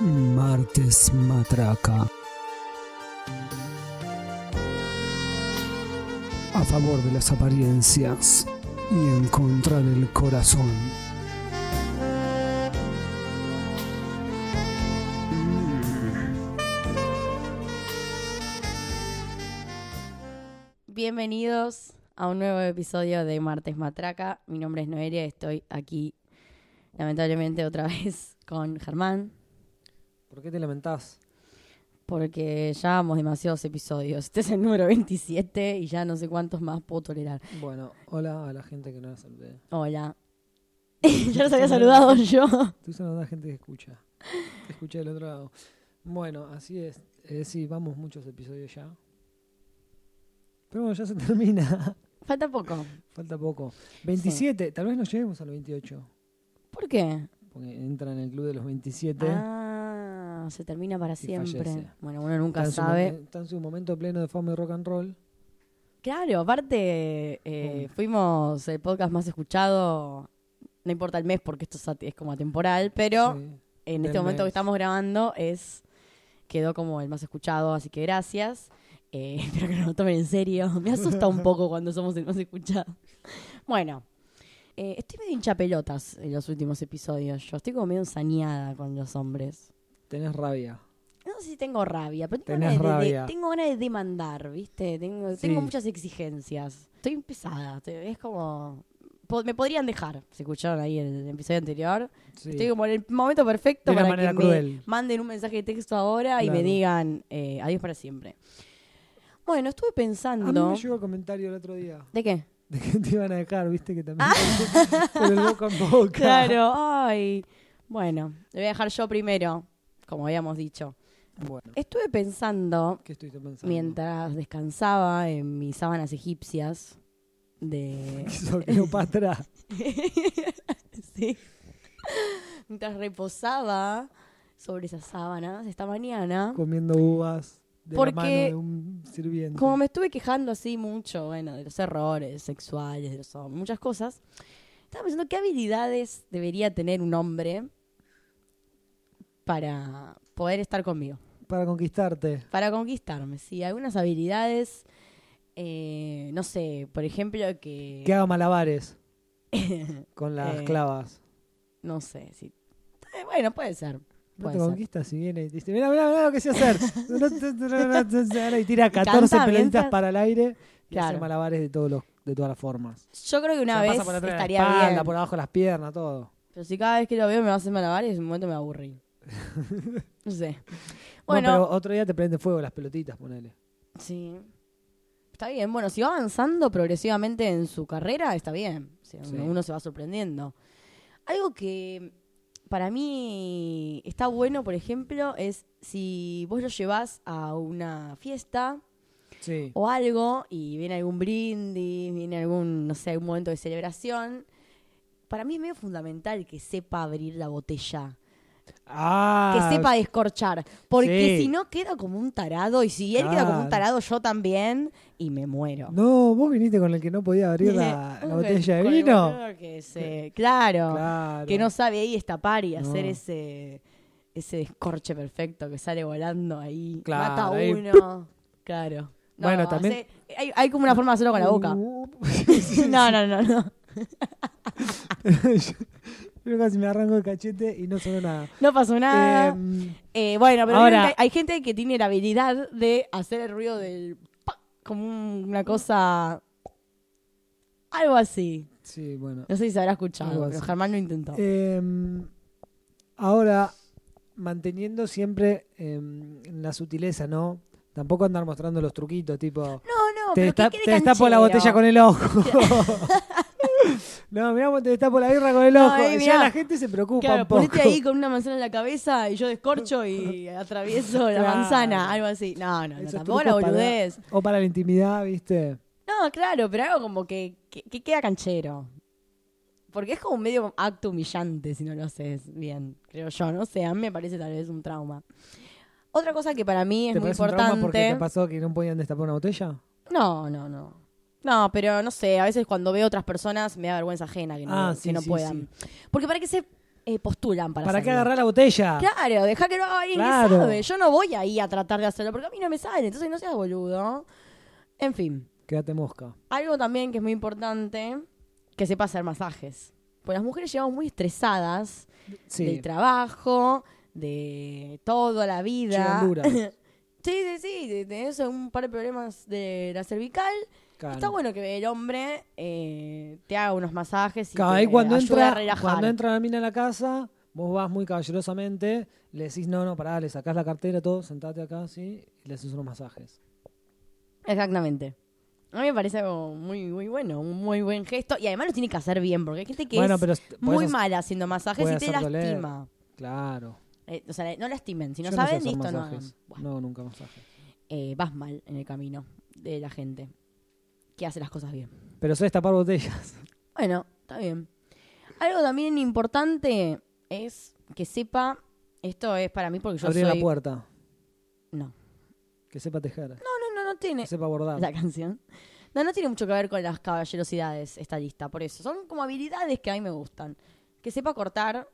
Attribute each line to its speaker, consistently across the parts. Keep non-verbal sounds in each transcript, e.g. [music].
Speaker 1: Martes Matraca. A favor de las apariencias y en contra del corazón.
Speaker 2: Bienvenidos a un nuevo episodio de Martes Matraca. Mi nombre es Noelia y estoy aquí, lamentablemente, otra [laughs] vez con Germán,
Speaker 3: ¿Por qué te lamentás?
Speaker 2: porque ya vamos demasiados episodios. Este es el número 27 y ya no sé cuántos más puedo tolerar.
Speaker 3: Bueno, hola a la gente que no la saludé. [laughs]
Speaker 2: Hola. [laughs] ya los había saludado yo.
Speaker 3: Tú saludas a la gente que escucha. Te escuché del otro lado. Bueno, así es. Eh, sí, vamos muchos episodios ya. Pero bueno, ya se [laughs] termina.
Speaker 2: Falta poco.
Speaker 3: Falta poco. 27, tal vez nos lleguemos a los 28.
Speaker 2: ¿Por qué?
Speaker 3: Porque entra en el club de los 27.
Speaker 2: Ah, se termina para siempre.
Speaker 3: fallece.
Speaker 2: Bueno, uno nunca
Speaker 3: está, en su
Speaker 2: sabe.
Speaker 3: momen- está en su momento pleno de fama y rock and roll.
Speaker 2: Claro, aparte eh, fuimos el podcast más escuchado, no importa el mes porque esto es at- es como atemporal, pero
Speaker 3: Sí.
Speaker 2: en
Speaker 3: del
Speaker 2: este momento que
Speaker 3: mes.
Speaker 2: estamos grabando es quedó como el más escuchado, así que gracias. Eh, [laughs] espero que no lo tomen en serio. Me asusta un poco cuando somos el más escuchado. Bueno, eh, estoy medio hinchapelotas en los últimos episodios. Yo estoy como medio ensañada con los hombres.
Speaker 3: Tenés rabia.
Speaker 2: No sé si tengo rabia, pero tengo,
Speaker 3: Tenés
Speaker 2: ganas, de- de,
Speaker 3: rabia.
Speaker 2: tengo ganas de demandar, ¿viste? Tengo,
Speaker 3: Sí.
Speaker 2: tengo muchas exigencias. Estoy pesada. te- Es como. po- me podrían dejar, si escucharon ahí el episodio anterior.
Speaker 3: Sí.
Speaker 2: Estoy como en el momento perfecto
Speaker 3: De una
Speaker 2: para que
Speaker 3: manera
Speaker 2: me
Speaker 3: cruel.
Speaker 2: manden un mensaje de texto ahora y me
Speaker 3: Claro.
Speaker 2: digan eh, adiós para siempre. Bueno, estuve
Speaker 3: A mí
Speaker 2: pensando.
Speaker 3: me llegó comentario el otro día.
Speaker 2: ¿De
Speaker 3: [laughs]
Speaker 2: qué?
Speaker 3: De que te iban a dejar, viste que también. [laughs] Por el boca en boca.
Speaker 2: Ah. [laughs] Claro, ay. Bueno, le voy a dejar yo primero, como habíamos dicho.
Speaker 3: Bueno,
Speaker 2: Estuve pensando
Speaker 3: ¿qué estuviste pensando? [laughs]
Speaker 2: mientras descansaba en mis sábanas egipcias
Speaker 3: [laughs]
Speaker 2: de
Speaker 3: Quiso Cleopatra.
Speaker 2: sí. [laughs] mientras reposaba sobre esas sábanas esta mañana [laughs]
Speaker 3: comiendo uvas de
Speaker 2: Porque-
Speaker 3: la mano de un sirviente.
Speaker 2: como me estuve quejando así mucho bueno de los errores sexuales de los hombres muchas cosas estaba pensando qué habilidades debería tener un hombre para poder estar conmigo
Speaker 3: Para conquistarte.
Speaker 2: Para conquistarme, sí. Algunas habilidades, eh, no sé, por ejemplo, que...
Speaker 3: Que
Speaker 2: [laughs]
Speaker 3: haga malabares con las
Speaker 2: Eh,
Speaker 3: clavas.
Speaker 2: No sé, sí. Eh, Bueno, puede ser.
Speaker 3: No
Speaker 2: puede
Speaker 3: te
Speaker 2: ser.
Speaker 3: conquistas si viene y te dice, mirá, mirá, mirá lo que
Speaker 2: [laughs]
Speaker 3: sé hacer. [laughs] Ahora y tira 14
Speaker 2: Canta
Speaker 3: pelotitas
Speaker 2: mientras-
Speaker 3: para el aire y
Speaker 2: Claro.
Speaker 3: hace malabares de, todos los, de todas las formas.
Speaker 2: Yo creo que una
Speaker 3: Se la
Speaker 2: vez
Speaker 3: pasa por atrás de la
Speaker 2: estaría
Speaker 3: espalda,
Speaker 2: bien.
Speaker 3: por abajo de las piernas, todo.
Speaker 2: Pero si cada vez que lo veo me va a hacer malabares, en un momento me aburrí.
Speaker 3: [laughs]
Speaker 2: no sé. Bueno,
Speaker 3: Bueno, pero otro día te prende fuego las pelotitas, ponele.
Speaker 2: sí. Está bien. Bueno, si va avanzando progresivamente en su carrera, está bien. O sea,
Speaker 3: Sí.
Speaker 2: Uno se va sorprendiendo. Algo que para mí está bueno, por ejemplo, es si vos lo llevas a una fiesta
Speaker 3: Sí.
Speaker 2: o algo y viene algún brindis, viene algún, no sé, algún momento de celebración. Para mí es medio fundamental que sepa abrir la botella, que
Speaker 3: Ah,
Speaker 2: sepa descorchar, porque
Speaker 3: sí.
Speaker 2: si no queda como un tarado y si él queda como un
Speaker 3: Claro.
Speaker 2: tarado yo también y me muero.
Speaker 3: No, vos viniste con el que no
Speaker 2: [laughs]
Speaker 3: podía abrir la, la
Speaker 2: Con
Speaker 3: botella de
Speaker 2: el
Speaker 3: vino.
Speaker 2: boludo que se- claro,
Speaker 3: Claro.
Speaker 2: que no sabe ahí destapar y hacer
Speaker 3: No.
Speaker 2: ese ese descorche perfecto que sale volando ahí,
Speaker 3: Claro,
Speaker 2: mata a
Speaker 3: ahí,
Speaker 2: uno. Claro. No,
Speaker 3: Bueno, también-
Speaker 2: hace- hay, hay como una forma de hacerlo con la boca.
Speaker 3: Uh,
Speaker 2: [laughs] No, no, no, no.
Speaker 3: uh, [laughs] Yo casi me arranco el cachete y no sonó nada.
Speaker 2: No pasó nada.
Speaker 3: Em,
Speaker 2: Eh, bueno, pero
Speaker 3: ahora-
Speaker 2: hay, hay gente que tiene la habilidad de hacer el ruido del pa, como un- una cosa. Algo así.
Speaker 3: sí, bueno.
Speaker 2: No sé si se habrá
Speaker 3: Algo
Speaker 2: escuchado, pero
Speaker 3: así.
Speaker 2: Germán lo intentó.
Speaker 3: Em, ahora, manteniendo siempre em, la sutileza, ¿no? Tampoco andar mostrando los truquitos, tipo.
Speaker 2: no, no,
Speaker 3: te
Speaker 2: pero
Speaker 3: desta-
Speaker 2: que quede
Speaker 3: te destapo la
Speaker 2: canchero.
Speaker 3: botella con
Speaker 2: [laughs]
Speaker 3: el ojo. [laughs] no, mirá, vos te destapo la birra con el
Speaker 2: No,
Speaker 3: ojo.
Speaker 2: eh,
Speaker 3: ya
Speaker 2: mirá.
Speaker 3: la gente se preocupa
Speaker 2: Claro,
Speaker 3: un poco.
Speaker 2: ponete
Speaker 3: [laughs]
Speaker 2: ahí con una manzana en la cabeza y yo descorcho y atravieso la
Speaker 3: Claro.
Speaker 2: manzana, algo así. No, no, no,
Speaker 3: Esos
Speaker 2: tampoco la
Speaker 3: trucos para-
Speaker 2: boludez.
Speaker 3: O para la intimidad, ¿viste?
Speaker 2: No, claro, pero algo como que, que, que queda canchero. Porque es como un medio acto humillante si no lo haces bien, creo yo. No sé, a mí me parece tal vez un trauma. Otra cosa que para mí es
Speaker 3: ¿Te
Speaker 2: muy
Speaker 3: parece un trauma porque
Speaker 2: importante.
Speaker 3: te pasó que no podían destapar una botella?
Speaker 2: No, no, no. No, pero no sé, a veces cuando veo otras personas me da vergüenza ajena que no,
Speaker 3: Ah,
Speaker 2: que
Speaker 3: sí,
Speaker 2: no
Speaker 3: sí,
Speaker 2: puedan. Porque para qué se eh, postulan para
Speaker 3: ¿Para qué
Speaker 2: hacerlo?
Speaker 3: agarrar la botella?
Speaker 2: Claro, deja que lo haga alguien que
Speaker 3: Claro.
Speaker 2: sabe. Yo no voy ahí a tratar de hacerlo porque a mí no me sale, entonces no seas boludo. En fin,
Speaker 3: Quédate mosca.
Speaker 2: algo también que es muy importante, que sepa hacer masajes. Pues las mujeres llegamos muy estresadas
Speaker 3: Sí.
Speaker 2: del trabajo, de toda la vida.
Speaker 3: Llegan duras.
Speaker 2: [laughs] Sí, sí, sí, te- tenés un par de problemas de la cervical.
Speaker 3: Claro.
Speaker 2: Está bueno que el hombre eh, te haga unos masajes y
Speaker 3: Claro,
Speaker 2: te
Speaker 3: ahí cuando
Speaker 2: ayude a
Speaker 3: entra,
Speaker 2: relajar.
Speaker 3: cuando entra la mina a la casa, vos vas muy caballerosamente, le decís, no, no, pará, le sacás la cartera, todo, sentate acá, sí, y le haces unos masajes.
Speaker 2: Exactamente. A mí me parece algo muy, muy bueno, un muy buen gesto. Y además lo tiene que hacer bien, porque hay gente que
Speaker 3: bueno,
Speaker 2: es
Speaker 3: pero podés
Speaker 2: muy
Speaker 3: hacer-
Speaker 2: mala haciendo masajes
Speaker 3: puede
Speaker 2: y te
Speaker 3: hacer doler.
Speaker 2: lastima.
Speaker 3: Claro.
Speaker 2: Eh, o sea, no lastimen. Si no
Speaker 3: Yo sé
Speaker 2: saben,
Speaker 3: hacer
Speaker 2: listo, no
Speaker 3: masajes.
Speaker 2: hagan.
Speaker 3: no.
Speaker 2: Buah,
Speaker 3: nunca masajes.
Speaker 2: eh, vas mal en el camino de la gente que hace las cosas bien.
Speaker 3: Pero sé destapar botellas.
Speaker 2: Bueno, está bien. Algo también importante es que sepa, esto es para mí porque yo
Speaker 3: Abrir
Speaker 2: soy...
Speaker 3: la puerta.
Speaker 2: No.
Speaker 3: Que sepa tejer.
Speaker 2: No, no, no tiene...
Speaker 3: que sepa bordar.
Speaker 2: la canción. No, no tiene mucho que ver con las caballerosidades esta lista, por eso. Son como habilidades que a mí me gustan. Que sepa cortar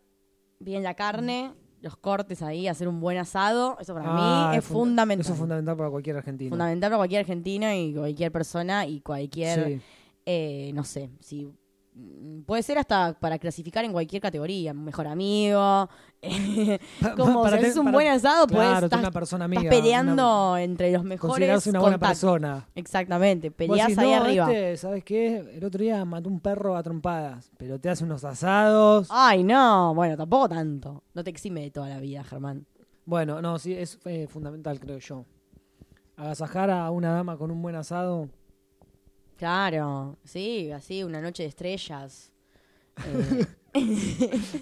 Speaker 2: bien la carne, los cortes ahí, hacer un buen asado. Eso para
Speaker 3: Ah,
Speaker 2: mí es
Speaker 3: funda-
Speaker 2: fundamental.
Speaker 3: Eso es fundamental para cualquier argentino.
Speaker 2: fundamental para cualquier argentino y cualquier persona y cualquier,
Speaker 3: Sí.
Speaker 2: eh, no sé, si mm, puede ser hasta para clasificar en cualquier categoría, mejor amigo. [laughs] como
Speaker 3: [laughs] Para
Speaker 2: si
Speaker 3: te-
Speaker 2: haces un
Speaker 3: para-
Speaker 2: buen asado, pues
Speaker 3: Claro,
Speaker 2: estás,
Speaker 3: una persona amiga.
Speaker 2: estás
Speaker 3: una-
Speaker 2: peleando entre los mejores
Speaker 3: considerarse una buena
Speaker 2: contactos.
Speaker 3: persona.
Speaker 2: Exactamente,
Speaker 3: Vos
Speaker 2: peleas
Speaker 3: decís,
Speaker 2: ahí
Speaker 3: "No,
Speaker 2: arriba.
Speaker 3: este, ¿Sabes qué? El otro día mató un perro a trompadas, pero te hace unos asados.
Speaker 2: Ay, no, bueno, tampoco tanto. No te exime de toda la vida, Germán.
Speaker 3: Bueno, no, sí, es eh, fundamental, creo yo. Agasajar a una dama con un
Speaker 2: [laughs]
Speaker 3: buen asado.
Speaker 2: Claro, sí, así, una noche de estrellas. Eh,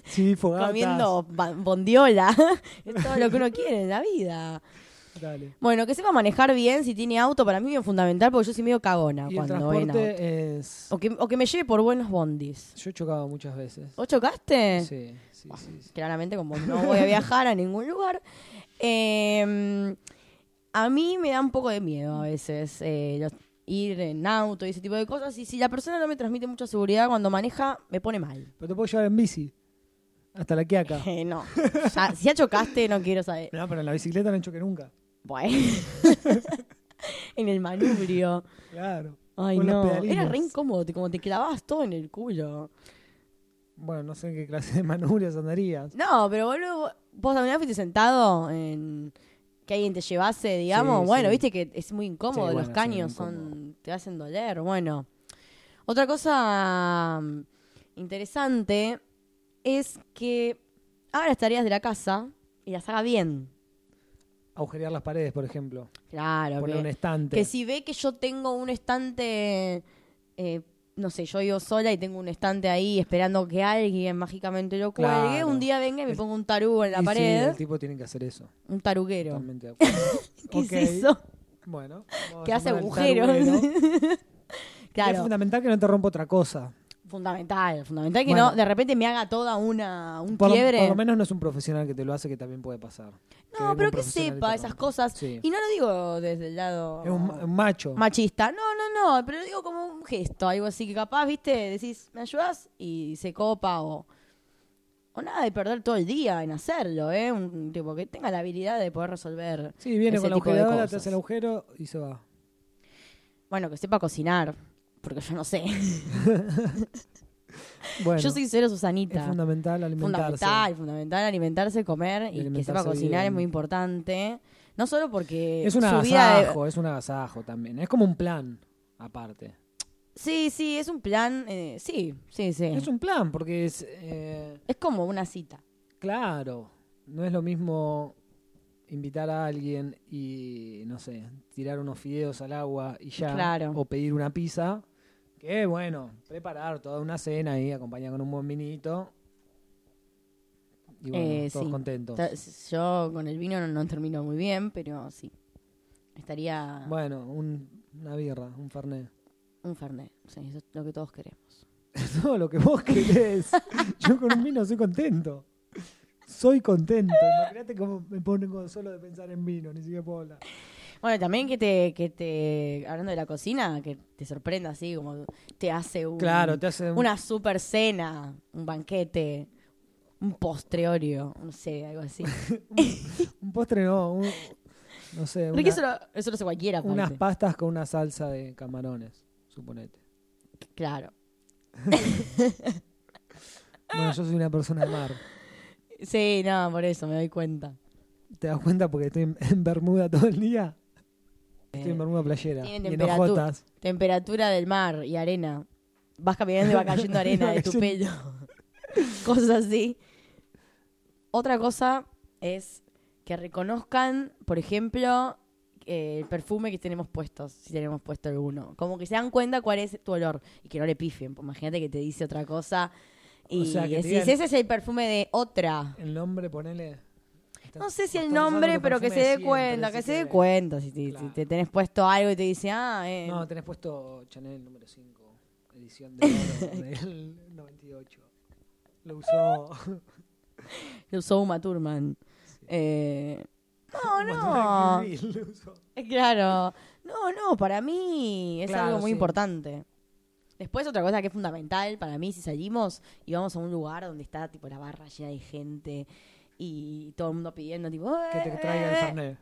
Speaker 3: Sí, fogatas.
Speaker 2: comiendo ba- bondiola. [laughs] es todo lo que uno quiere en la vida.
Speaker 3: Dale.
Speaker 2: Bueno, que sepa manejar bien si tiene auto, para mí es fundamental porque yo soy medio cagona
Speaker 3: Y el
Speaker 2: Ah, cuando voy en auto.
Speaker 3: transporte es...
Speaker 2: O que, o que me lleve por buenos bondis.
Speaker 3: Yo he chocado muchas veces.
Speaker 2: ¿Vos chocaste?
Speaker 3: Sí, sí, sí. sí.
Speaker 2: claramente como no voy a viajar a ningún lugar. eh, a mí me da un poco de miedo a veces eh, los- ir en auto y ese tipo de cosas. Y si la persona no me transmite mucha seguridad cuando maneja, me pone
Speaker 3: [laughs]
Speaker 2: mal.
Speaker 3: Pero te puedo llevar en bici. Hasta la
Speaker 2: [laughs]
Speaker 3: quiaca.
Speaker 2: Eh, no, Ya- si ya chocaste, no quiero saber.
Speaker 3: no, pero en la bicicleta no choqué nunca.
Speaker 2: Bueno.
Speaker 3: [laughs]
Speaker 2: [laughs] en el manubrio.
Speaker 3: Claro.
Speaker 2: Ay,
Speaker 3: Con los
Speaker 2: no.
Speaker 3: pedalitos.
Speaker 2: Era re incómodo, te- como te clavabas todo en el culo.
Speaker 3: Bueno, no sé en qué clase de manubrios andarías.
Speaker 2: No, pero boludo, vos- vos también fuiste sentado en que alguien te llevase, digamos.
Speaker 3: Sí,
Speaker 2: bueno,
Speaker 3: sí.
Speaker 2: viste que es muy incómodo, los
Speaker 3: Sí, bueno, sí,
Speaker 2: caños
Speaker 3: muy
Speaker 2: son
Speaker 3: incómodo.
Speaker 2: te hacen doler. Bueno, otra cosa mm, interesante es que haga las tareas de la casa y las haga bien.
Speaker 3: Agujerear las paredes, por ejemplo.
Speaker 2: Claro,
Speaker 3: Poner
Speaker 2: que-
Speaker 3: un estante.
Speaker 2: que si ve que yo tengo un estante, eh, no sé, yo vivo sola y tengo un estante ahí esperando que alguien mágicamente lo cuelgue,
Speaker 3: Claro.
Speaker 2: un día venga y me
Speaker 3: El-
Speaker 2: ponga un tarugo en la
Speaker 3: Y sí,
Speaker 2: pared,
Speaker 3: el tipo tiene que hacer eso.
Speaker 2: un taruguero. [laughs]
Speaker 3: Totalmente de acuerdo.
Speaker 2: ¿Qué
Speaker 3: Ok,
Speaker 2: es eso?
Speaker 3: Bueno. vamos a
Speaker 2: Que hace
Speaker 3: llamar al
Speaker 2: agujeros. [laughs]
Speaker 3: tarugero. Es
Speaker 2: claro,
Speaker 3: fundamental que no te rompa otra cosa.
Speaker 2: fundamental, fundamental que
Speaker 3: Bueno.
Speaker 2: no, de repente me haga toda una, un
Speaker 3: Por, lo-
Speaker 2: quiebre.
Speaker 3: por lo menos no es un profesional que te lo hace, que también puede pasar.
Speaker 2: no, pero que sepa
Speaker 3: sepa
Speaker 2: esas cosas.
Speaker 3: Sí.
Speaker 2: Y no lo digo desde el lado
Speaker 3: Es un, ma- un macho.
Speaker 2: machista. No, no, no, pero digo como un gesto, algo así que capaz, viste, decís, ¿me ayudas? Y se copa o. O nada de perder todo el día en hacerlo, ¿eh? Un, un tipo que tenga la habilidad de poder resolver.
Speaker 3: sí, viene
Speaker 2: ese
Speaker 3: con la
Speaker 2: tipo de
Speaker 3: agujereadora, te
Speaker 2: cosas.
Speaker 3: hace el agujero y se va.
Speaker 2: Bueno, que sepa cocinar, porque yo no sé. [laughs]
Speaker 3: Bueno,
Speaker 2: yo soy cero
Speaker 3: es
Speaker 2: Susanita.
Speaker 3: fundamental alimentarse.
Speaker 2: Fundamental, fundamental alimentarse, comer y, que
Speaker 3: alimentarse
Speaker 2: sepa cocinar
Speaker 3: bien.
Speaker 2: es muy importante. No solo porque
Speaker 3: Es un
Speaker 2: su vida de-
Speaker 3: agasajo, es un agasajo también. Es como un plan, aparte.
Speaker 2: Sí, sí, es un plan. eh, sí, sí, sí.
Speaker 3: Es un plan, porque es... eh,
Speaker 2: es como una cita.
Speaker 3: Claro, no es lo mismo invitar a alguien y, no sé, tirar unos fideos al agua y ya,
Speaker 2: Claro.
Speaker 3: o pedir una pizza, que bueno, preparar toda una cena y acompañar con un buen vinito. Y bueno,
Speaker 2: Eh,
Speaker 3: todos
Speaker 2: sí.
Speaker 3: contentos.
Speaker 2: Ta- Yo con el vino no, no termino muy bien, pero sí. Estaría
Speaker 3: Bueno, un- una birra, un fernet. [laughs]
Speaker 2: un Fernet. Sí, eso es lo que todos queremos.
Speaker 3: Todo lo que vos
Speaker 2: [laughs]
Speaker 3: querés. Yo con un vino soy contento. Soy contento. Imagínate cómo me ponen con solo de pensar en vino, ni siquiera puedo hablar.
Speaker 2: Bueno, también que te, que te, hablando de la cocina, que te sorprenda así, como te hace un,
Speaker 3: Claro, te hace un-
Speaker 2: una super cena, un banquete, un postreorio, no sé, algo así.
Speaker 3: un postre, no. un- no sé.
Speaker 2: Pero que
Speaker 3: una-
Speaker 2: eso, lo, eso lo hace cualquiera,
Speaker 3: unas
Speaker 2: aparte.
Speaker 3: pastas con una salsa de camarones, suponete.
Speaker 2: Claro. Ah.
Speaker 3: Bueno, yo soy una persona de mar.
Speaker 2: Sí, no, por eso me doy cuenta.
Speaker 3: ¿Te das cuenta? Porque estoy en, en Bermuda todo el día. Estoy en Bermuda playera. Y
Speaker 2: Eh, tienen
Speaker 3: en
Speaker 2: temperatura.
Speaker 3: hojotas.
Speaker 2: Temperatura del mar y arena. Vas caminando y va cayendo arena
Speaker 3: [laughs]
Speaker 2: de tu pelo. [laughs] Cosas así. Otra cosa es que reconozcan, por ejemplo, eh, el perfume que tenemos puestos, si tenemos puesto alguno. Como que se dan cuenta cuál es tu olor y que no le pifen. porque Imagínate que te dice otra cosa y
Speaker 3: O sea, que te
Speaker 2: decís,
Speaker 3: digan-
Speaker 2: ese es el perfume de otra.
Speaker 3: El nombre, ponele.
Speaker 2: No sé si
Speaker 3: Estás
Speaker 2: el
Speaker 3: usando
Speaker 2: nombre,
Speaker 3: tu
Speaker 2: pero que
Speaker 3: perfume
Speaker 2: se
Speaker 3: de
Speaker 2: dé
Speaker 3: siempre,
Speaker 2: cuenta, que
Speaker 3: si
Speaker 2: se dé
Speaker 3: querés.
Speaker 2: cuenta. Si te, si
Speaker 3: Claro.
Speaker 2: te tenés puesto algo y te dice, ah, eh,
Speaker 3: No, tenés puesto Chanel número 5, edición de
Speaker 2: [laughs]
Speaker 3: oro del 98. Lo usó.
Speaker 2: lo usó Uma Thurman. Eh, no,
Speaker 3: Mató a
Speaker 2: no.
Speaker 3: Kill [laughs] Bill, lo usó.
Speaker 2: Eh, Claro. No, no, para mí es
Speaker 3: Claro,
Speaker 2: algo muy
Speaker 3: sí.
Speaker 2: importante. Después otra cosa que es fundamental para mí si salimos y vamos a un lugar donde está tipo la barra llena de gente y todo el mundo pidiendo tipo
Speaker 3: Que te traiga el
Speaker 2: "Eh",
Speaker 3: Fernet.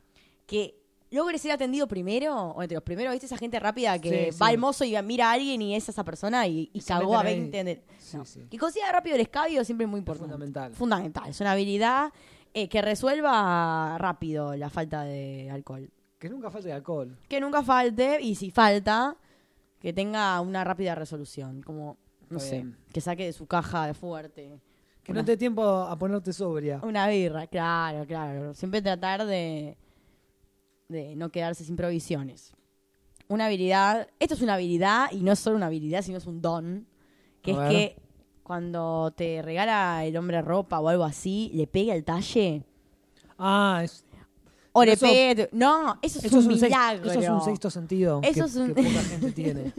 Speaker 2: que logres ser atendido primero o entre los primeros viste esa gente rápida que
Speaker 3: Sí,
Speaker 2: va
Speaker 3: sí.
Speaker 2: al mozo y mira a alguien y es esa persona y, y
Speaker 3: Se
Speaker 2: cagó a
Speaker 3: meten ahí.
Speaker 2: 20 de-
Speaker 3: Sí,
Speaker 2: no.
Speaker 3: sí.
Speaker 2: Que consiga rápido el escabio siempre es muy
Speaker 3: Es
Speaker 2: importante.
Speaker 3: fundamental.
Speaker 2: Fundamental. Es una habilidad eh, que resuelva rápido la falta de alcohol.
Speaker 3: Que nunca falte alcohol.
Speaker 2: Que nunca falte, y si falta, que tenga una rápida resolución. Como, no
Speaker 3: Está
Speaker 2: sé,
Speaker 3: bien.
Speaker 2: que saque de su caja de fuerte
Speaker 3: Que
Speaker 2: Una-
Speaker 3: no te dé tiempo a ponerte sobria.
Speaker 2: una birra. Claro, claro. Siempre tratar de, de no quedarse sin provisiones. Una habilidad, esto es una habilidad y no es solo una habilidad, sino es un don, que
Speaker 3: A
Speaker 2: es
Speaker 3: ver.
Speaker 2: que cuando te regala el hombre ropa o algo así, le pegue al talle.
Speaker 3: Ah, es,
Speaker 2: O
Speaker 3: Pero
Speaker 2: le
Speaker 3: eso-
Speaker 2: pegue tu- No, eso es
Speaker 3: eso, es
Speaker 2: un
Speaker 3: un sexto,
Speaker 2: milagro.
Speaker 3: eso es un sexto sentido
Speaker 2: Eso
Speaker 3: que,
Speaker 2: es un-
Speaker 3: que poca gente tiene.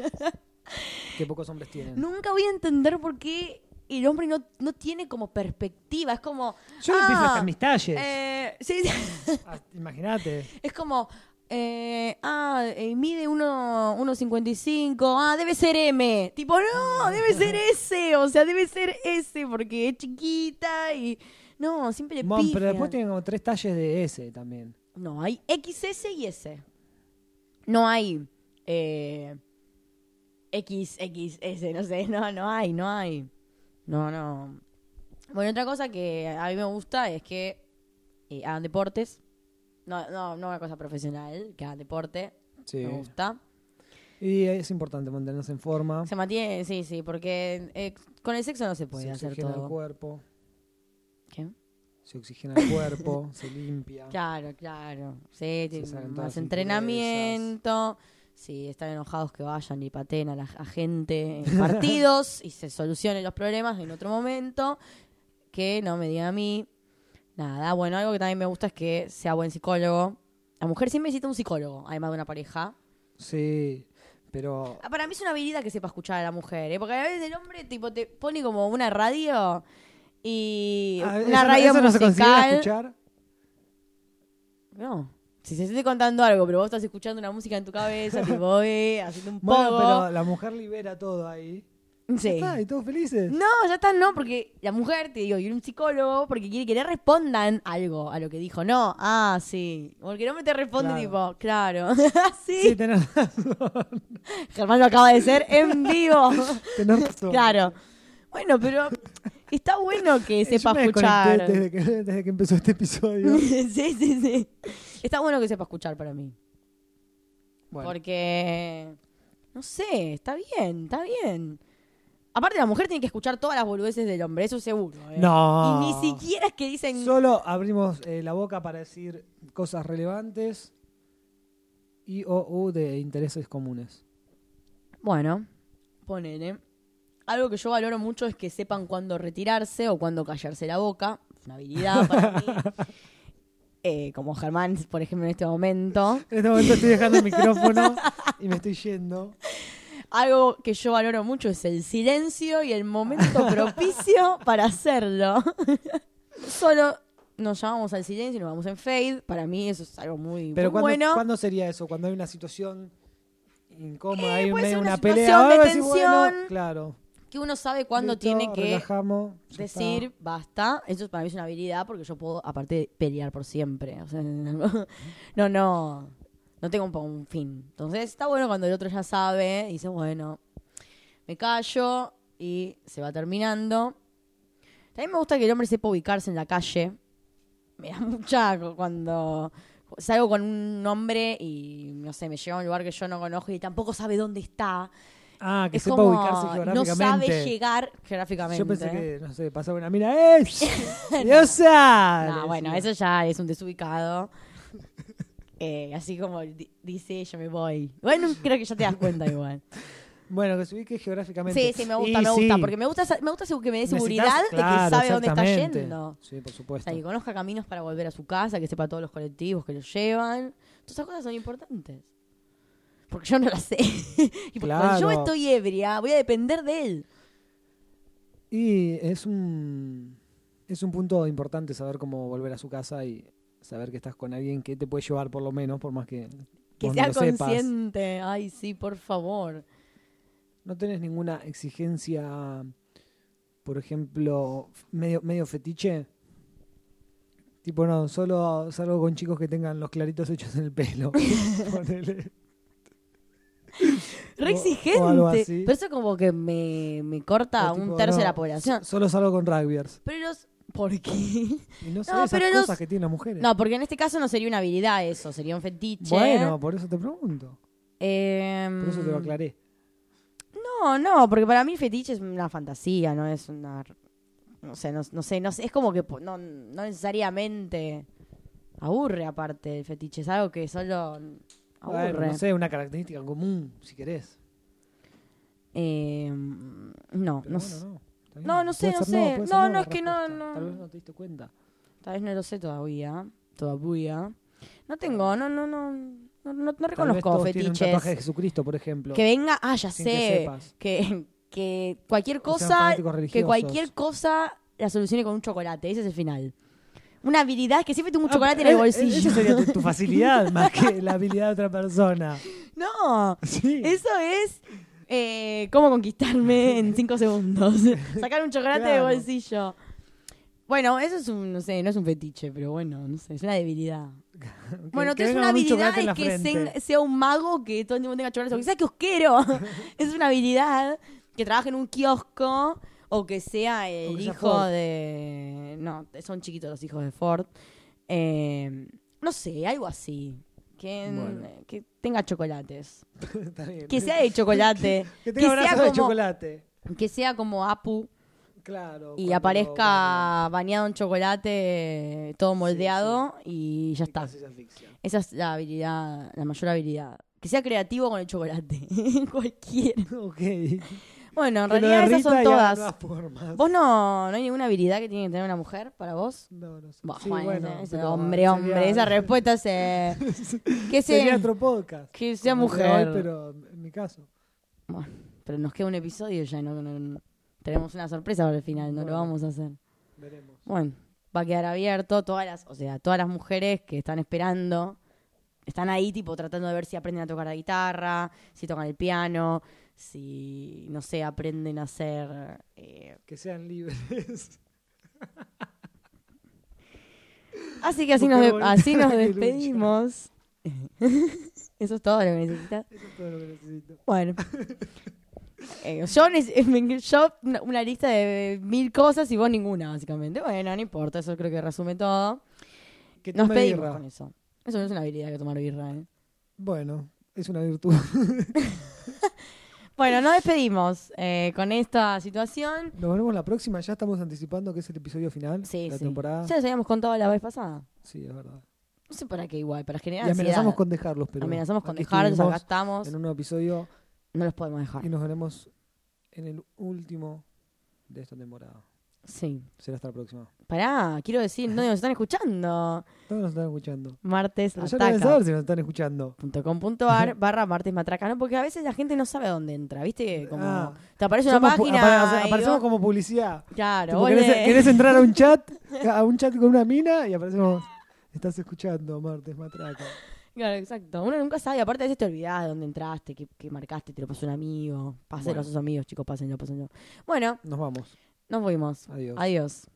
Speaker 3: Que pocos hombres tienen.
Speaker 2: Nunca voy a entender por qué el hombre no, no tiene como perspectiva. Es como.
Speaker 3: Yo le pifio
Speaker 2: ah,
Speaker 3: hasta en mis talles.
Speaker 2: eh, sí, [laughs] sí.
Speaker 3: Ah, Imagínate.
Speaker 2: es como. eh, ah, eh, mide uno- 1.55. ah, debe ser M. Tipo, no, debe ser S. O sea, debe ser S porque es chiquita y. No, siempre le
Speaker 3: Mon,
Speaker 2: pifian.
Speaker 3: pero después tienen como tres talles de S también.
Speaker 2: No, hay XS y S. No hay eh, XXS, no sé, no, no hay, no hay. No, no. Bueno, otra cosa que a mí me gusta es que eh, hagan deportes. No, no, no una cosa profesional, que hagan deporte.
Speaker 3: Sí.
Speaker 2: Me gusta.
Speaker 3: Y es importante mantenerse en forma.
Speaker 2: Se mantiene, sí, sí, porque eh, con el sexo no se puede
Speaker 3: se
Speaker 2: hacer
Speaker 3: oxigena el
Speaker 2: todo.
Speaker 3: cuerpo.
Speaker 2: ¿Qué?
Speaker 3: Se oxigena el
Speaker 2: [laughs]
Speaker 3: cuerpo, se limpia.
Speaker 2: Claro, claro. Sí, tiene
Speaker 3: sacan todas
Speaker 2: más
Speaker 3: las
Speaker 2: entrenamiento. Si están enojados que vayan y pateen a la a gente en
Speaker 3: [laughs]
Speaker 2: partidos y se solucionen los problemas en otro momento. Que no me digan a mí. Nada, bueno, algo que también me gusta es que sea buen psicólogo. La mujer siempre necesita un psicólogo, además de una pareja.
Speaker 3: Sí, pero
Speaker 2: Ah, Para mí es una habilidad que sepa escuchar a la mujer, ¿eh? porque a veces el hombre tipo te pone como una radio y
Speaker 3: Ah,
Speaker 2: una
Speaker 3: no-
Speaker 2: radio
Speaker 3: no se considera
Speaker 2: musical.
Speaker 3: escuchar.
Speaker 2: No. Si se estoy contando algo, pero vos estás escuchando una música en tu
Speaker 3: [laughs]
Speaker 2: cabeza, tipo, eh, haciendo un poco.
Speaker 3: Bueno, pero la mujer libera todo ahí. Ya
Speaker 2: Sí.
Speaker 3: está, y todos felices.
Speaker 2: No, ya está, no, porque la mujer, te digo, y un psicólogo, porque quiere que le respondan algo a lo que dijo. No, ah, sí. Porque el hombre te responde,
Speaker 3: Claro.
Speaker 2: tipo, claro. [laughs]
Speaker 3: Sí,
Speaker 2: sí.
Speaker 3: tenés razón.
Speaker 2: Germán lo acaba de ser
Speaker 3: [laughs]
Speaker 2: en vivo.
Speaker 3: tenés razón.
Speaker 2: claro. Bueno, pero está bueno que
Speaker 3: Yo
Speaker 2: sepa
Speaker 3: me
Speaker 2: escuchar.
Speaker 3: desconecté Desde que, desde que empezó
Speaker 2: [laughs]
Speaker 3: este episodio.
Speaker 2: sí, sí, sí. Está bueno que sepa escuchar para mí.
Speaker 3: Bueno,
Speaker 2: Porque, no sé, está bien, está bien. Aparte, la mujer tiene que escuchar todas las boludeces del hombre, eso seguro. ¿eh?
Speaker 3: No.
Speaker 2: Y ni siquiera es que dicen...
Speaker 3: Solo abrimos eh, la boca para decir cosas relevantes y o u de intereses comunes.
Speaker 2: Bueno, ponele. Algo que yo valoro mucho es que sepan cuándo retirarse o cuándo callarse la boca. Es una habilidad para mí.
Speaker 3: [laughs]
Speaker 2: Eh, como Germán, por ejemplo, en este momento.
Speaker 3: En este momento estoy dejando el micrófono y me estoy yendo.
Speaker 2: Algo que yo valoro mucho es el [laughs] silencio y el momento propicio para hacerlo. [laughs] Solo nos llamamos al silencio y nos vamos en fade. Para mí eso es algo muy,
Speaker 3: Pero
Speaker 2: muy
Speaker 3: ¿cuándo,
Speaker 2: bueno.
Speaker 3: ¿cuándo sería eso? Cuando hay una situación incómoda,
Speaker 2: Eh,
Speaker 3: hay un-
Speaker 2: puede ser
Speaker 3: medio
Speaker 2: una
Speaker 3: una,
Speaker 2: situación
Speaker 3: pelea,
Speaker 2: de
Speaker 3: ahora decís, bueno,
Speaker 2: tensión.
Speaker 3: claro.
Speaker 2: Que uno sabe cuándo
Speaker 3: Listo,
Speaker 2: tiene que
Speaker 3: relajamos, ya está.
Speaker 2: decir basta. Eso para mí es una habilidad porque yo puedo, aparte, pelear por siempre. O sea, [laughs] no, no. No tengo un, po- un fin. Entonces está bueno cuando el otro ya sabe y dice, bueno, me callo y se va terminando. También me gusta que el hombre sepa ubicarse en la calle. Me da [laughs] mucha co- cuando salgo con un hombre y no sé, me llega a un lugar que yo no conozco y tampoco sabe dónde está.
Speaker 3: Ah, que
Speaker 2: es
Speaker 3: sepa
Speaker 2: como
Speaker 3: ubicarse
Speaker 2: no
Speaker 3: geográficamente.
Speaker 2: sabe llegar geográficamente.
Speaker 3: Yo pensé que, no sé, pasaba una mina. ¡Eh!
Speaker 2: [laughs]
Speaker 3: ¡Diosa!
Speaker 2: No,
Speaker 3: Le
Speaker 2: bueno,
Speaker 3: decía.
Speaker 2: eso ya es un [laughs] desubicado. Eh, así como di- dice, yo me voy. [laughs] Bueno, creo que ya te das cuenta igual.
Speaker 3: Bueno, que se ubique geográficamente.
Speaker 2: Sí, sí, me gusta,
Speaker 3: Y
Speaker 2: me gusta.
Speaker 3: sí,
Speaker 2: Porque me gusta, esa- me gusta esa- que me dé
Speaker 3: necesitas-
Speaker 2: seguridad de que
Speaker 3: claro,
Speaker 2: sabe dónde está
Speaker 3: exactamente.
Speaker 2: yendo.
Speaker 3: Sí, por
Speaker 2: O sea,
Speaker 3: supuesto.
Speaker 2: que conozca caminos para volver a su casa, que sepa todos los colectivos que lo llevan. Todas esas cosas son importantes. Porque yo no las sé. [laughs] y porque cuando yo
Speaker 3: Claro.
Speaker 2: estoy ebria, voy a depender de él.
Speaker 3: Y es un es un punto importante saber cómo volver a su casa y saber que estás con alguien que te puede llevar por lo menos, por más que,
Speaker 2: Que
Speaker 3: vos no
Speaker 2: sea
Speaker 3: lo sepas.
Speaker 2: consciente. Ay, sí, por favor.
Speaker 3: No tenés ninguna exigencia, por ejemplo, f- medio, medio fetiche. Tipo, no, solo salgo con chicos que tengan los claritos hechos en
Speaker 2: [laughs]
Speaker 3: el pelo. Ponele.
Speaker 2: Re
Speaker 3: O- o
Speaker 2: exigente.
Speaker 3: algo así.
Speaker 2: Pero eso como que me, me corta
Speaker 3: O
Speaker 2: un
Speaker 3: tipo,
Speaker 2: tercio de
Speaker 3: no,
Speaker 2: la población.
Speaker 3: so- Solo salgo con rugbyers.
Speaker 2: Pero los- ¿Por qué?
Speaker 3: Y no sé
Speaker 2: No,
Speaker 3: esas
Speaker 2: pero
Speaker 3: cosas
Speaker 2: los-
Speaker 3: que tienen las mujeres.
Speaker 2: No, porque en este caso no sería una habilidad eso, sería un fetiche.
Speaker 3: bueno, por eso te pregunto.
Speaker 2: Em,
Speaker 3: Por eso te lo aclaré.
Speaker 2: No, no, porque para mí fetiche es una fantasía, no es una... No sé, no, no sé, no sé, es como que po- no, no necesariamente aburre aparte el fetiche, es algo que solo aburre.
Speaker 3: Bueno, no sé, una característica común, si querés.
Speaker 2: Em, no,
Speaker 3: Pero
Speaker 2: no
Speaker 3: bueno,
Speaker 2: sé.
Speaker 3: no. está bien.
Speaker 2: No, no sé,
Speaker 3: Puede
Speaker 2: no
Speaker 3: ser
Speaker 2: sé.
Speaker 3: puede
Speaker 2: No,
Speaker 3: ser
Speaker 2: no,
Speaker 3: la
Speaker 2: es que no,
Speaker 3: respuesta.
Speaker 2: no.
Speaker 3: Tal vez no te diste cuenta.
Speaker 2: Tal vez no lo sé todavía. Todavía. No tengo, no, no, no. No, no, no reconozco
Speaker 3: Tal vez todos tienen un tatuaje de
Speaker 2: fetiches.
Speaker 3: Jesucristo, por ejemplo.
Speaker 2: Que venga, ah, ya
Speaker 3: sin que
Speaker 2: sé.
Speaker 3: sepas.
Speaker 2: Que, que cualquier
Speaker 3: Que sean
Speaker 2: cosa,
Speaker 3: fanáticos
Speaker 2: que
Speaker 3: religiosos.
Speaker 2: cualquier cosa la solucione con un chocolate. Ese es el final. Una habilidad es que siempre tengo un
Speaker 3: Ah,
Speaker 2: chocolate en
Speaker 3: eh,
Speaker 2: el
Speaker 3: eh,
Speaker 2: bolsillo. [laughs]
Speaker 3: Esa sería tu, tu facilidad, más que la habilidad de otra persona.
Speaker 2: No,
Speaker 3: Sí.
Speaker 2: eso es eh, cómo conquistarme en cinco
Speaker 3: [laughs]
Speaker 2: segundos. Sacar un chocolate
Speaker 3: Claro.
Speaker 2: de bolsillo. Bueno, eso es un, no sé, no es un fetiche, pero bueno, no sé, es una debilidad.
Speaker 3: Que-
Speaker 2: Bueno, entonces
Speaker 3: que venga
Speaker 2: una
Speaker 3: con un
Speaker 2: habilidad
Speaker 3: chocolate en
Speaker 2: es
Speaker 3: la
Speaker 2: que
Speaker 3: frente.
Speaker 2: sen- sea un mago que todo el tiempo tenga chocolates. Quizás que os
Speaker 3: [laughs]
Speaker 2: quiero. es una habilidad que trabaje en un kiosco o que sea el
Speaker 3: que sea
Speaker 2: hijo
Speaker 3: Ford.
Speaker 2: de. No, son chiquitos los hijos de Ford. Eh, no sé, algo así. Que,
Speaker 3: Bueno.
Speaker 2: que tenga chocolates.
Speaker 3: [laughs] Está bien.
Speaker 2: Que
Speaker 3: [laughs]
Speaker 2: sea de chocolate.
Speaker 3: Que tenga
Speaker 2: que sea
Speaker 3: brazos de
Speaker 2: como-
Speaker 3: chocolate.
Speaker 2: que sea como Apu
Speaker 3: Claro.
Speaker 2: y
Speaker 3: cuando- cuando-
Speaker 2: aparezca bañado en chocolate, todo moldeado y ya
Speaker 3: y
Speaker 2: está.
Speaker 3: casi se asfixia.
Speaker 2: Esa es la habilidad, la mayor habilidad. Que sea creativo con el chocolate. [laughs] Cualquiera.
Speaker 3: [laughs] Ok. En
Speaker 2: Bueno, en realidad esas son todas.
Speaker 3: Formas.
Speaker 2: ¿Vos no, no hay ninguna habilidad que tiene que tener una mujer para vos?
Speaker 3: No, no sé.
Speaker 2: Bah,
Speaker 3: Sí,
Speaker 2: bueno,
Speaker 3: bueno,
Speaker 2: ese- ese
Speaker 3: pero
Speaker 2: hombre,
Speaker 3: sería-
Speaker 2: hombre. Esa
Speaker 3: [laughs]
Speaker 2: respuesta se. que, se-
Speaker 3: Sería otro podcast.
Speaker 2: que sea
Speaker 3: como el de hoy,
Speaker 2: mujer. pero...
Speaker 3: pero en mi caso.
Speaker 2: nos queda un episodio ya. No, no- no- tenemos una sorpresa para el final. No lo
Speaker 3: Bueno.
Speaker 2: vamos a hacer.
Speaker 3: Veremos.
Speaker 2: Bueno, va a quedar abierto. Todas las, o sea, todas las mujeres que están esperando, están ahí tipo tratando de ver si aprenden a tocar la guitarra, si tocan el piano, si, no sé, aprenden a hacer... eh,
Speaker 3: Que sean libres. [laughs]
Speaker 2: Así que así nos, de-
Speaker 3: Mujer
Speaker 2: así
Speaker 3: [laughs]
Speaker 2: nos
Speaker 3: bonita que lucha.
Speaker 2: despedimos. [laughs] Eso es todo lo que necesitas.
Speaker 3: Eso es todo lo que necesito. [laughs]
Speaker 2: Bueno. Eh, yo, nec- [laughs] me- yo una, una lista de mil cosas y vos ninguna, básicamente. Bueno, no importa, eso creo que resume todo.
Speaker 3: Que
Speaker 2: Nos
Speaker 3: tome
Speaker 2: pedimos
Speaker 3: birra.
Speaker 2: con eso. Eso no es una habilidad que tomar birra, ¿eh?
Speaker 3: Bueno, es una virtud.
Speaker 2: Bueno, nos despedimos eh, con esta situación.
Speaker 3: Nos veremos la próxima. Ya estamos anticipando que es el episodio final
Speaker 2: Sí,
Speaker 3: de la
Speaker 2: sí.
Speaker 3: temporada.
Speaker 2: Ya les habíamos contado la vez pasada.
Speaker 3: Sí, es verdad.
Speaker 2: No sé para qué igual, para
Speaker 3: Y
Speaker 2: generar
Speaker 3: amenazamos
Speaker 2: ansiedad.
Speaker 3: con dejarlos, pero.
Speaker 2: Amenazamos con
Speaker 3: aquí
Speaker 2: dejarlos, acá
Speaker 3: estuvimos
Speaker 2: estamos.
Speaker 3: En un nuevo episodio
Speaker 2: No los podemos dejar.
Speaker 3: y nos veremos en el último de esta temporada.
Speaker 2: Sí.
Speaker 3: Será hasta la próxima.
Speaker 2: Pará, quiero decir, no nos están escuchando.
Speaker 3: Todos nos están escuchando.
Speaker 2: Martes
Speaker 3: Pero ya deben saber
Speaker 2: ataca.
Speaker 3: si nos están escuchando.
Speaker 2: .com.ar [laughs] barra martes matraca, ¿no? Porque a veces la gente no sabe dónde entra, ¿viste? Como
Speaker 3: Ah.
Speaker 2: te aparece una
Speaker 3: Somos pu-
Speaker 2: página.
Speaker 3: apare-
Speaker 2: y
Speaker 3: aparecemos
Speaker 2: vos-
Speaker 3: como publicidad.
Speaker 2: Claro,
Speaker 3: Tipo,
Speaker 2: vos
Speaker 3: ¿querés,
Speaker 2: lees.
Speaker 3: querés entrar a un chat? A un chat con una mina y aparecemos. Estás escuchando, Martes Matraca.
Speaker 2: [laughs] Claro, exacto. Uno nunca sabe, aparte a veces te olvidás de dónde entraste, qué, qué marcaste, te lo pasó un amigo. Pásenlo
Speaker 3: Bueno.
Speaker 2: a sus amigos, chicos, pásenlo, pásenlo. Bueno,
Speaker 3: Nos vamos.
Speaker 2: nos fuimos.
Speaker 3: Adiós.
Speaker 2: Adiós.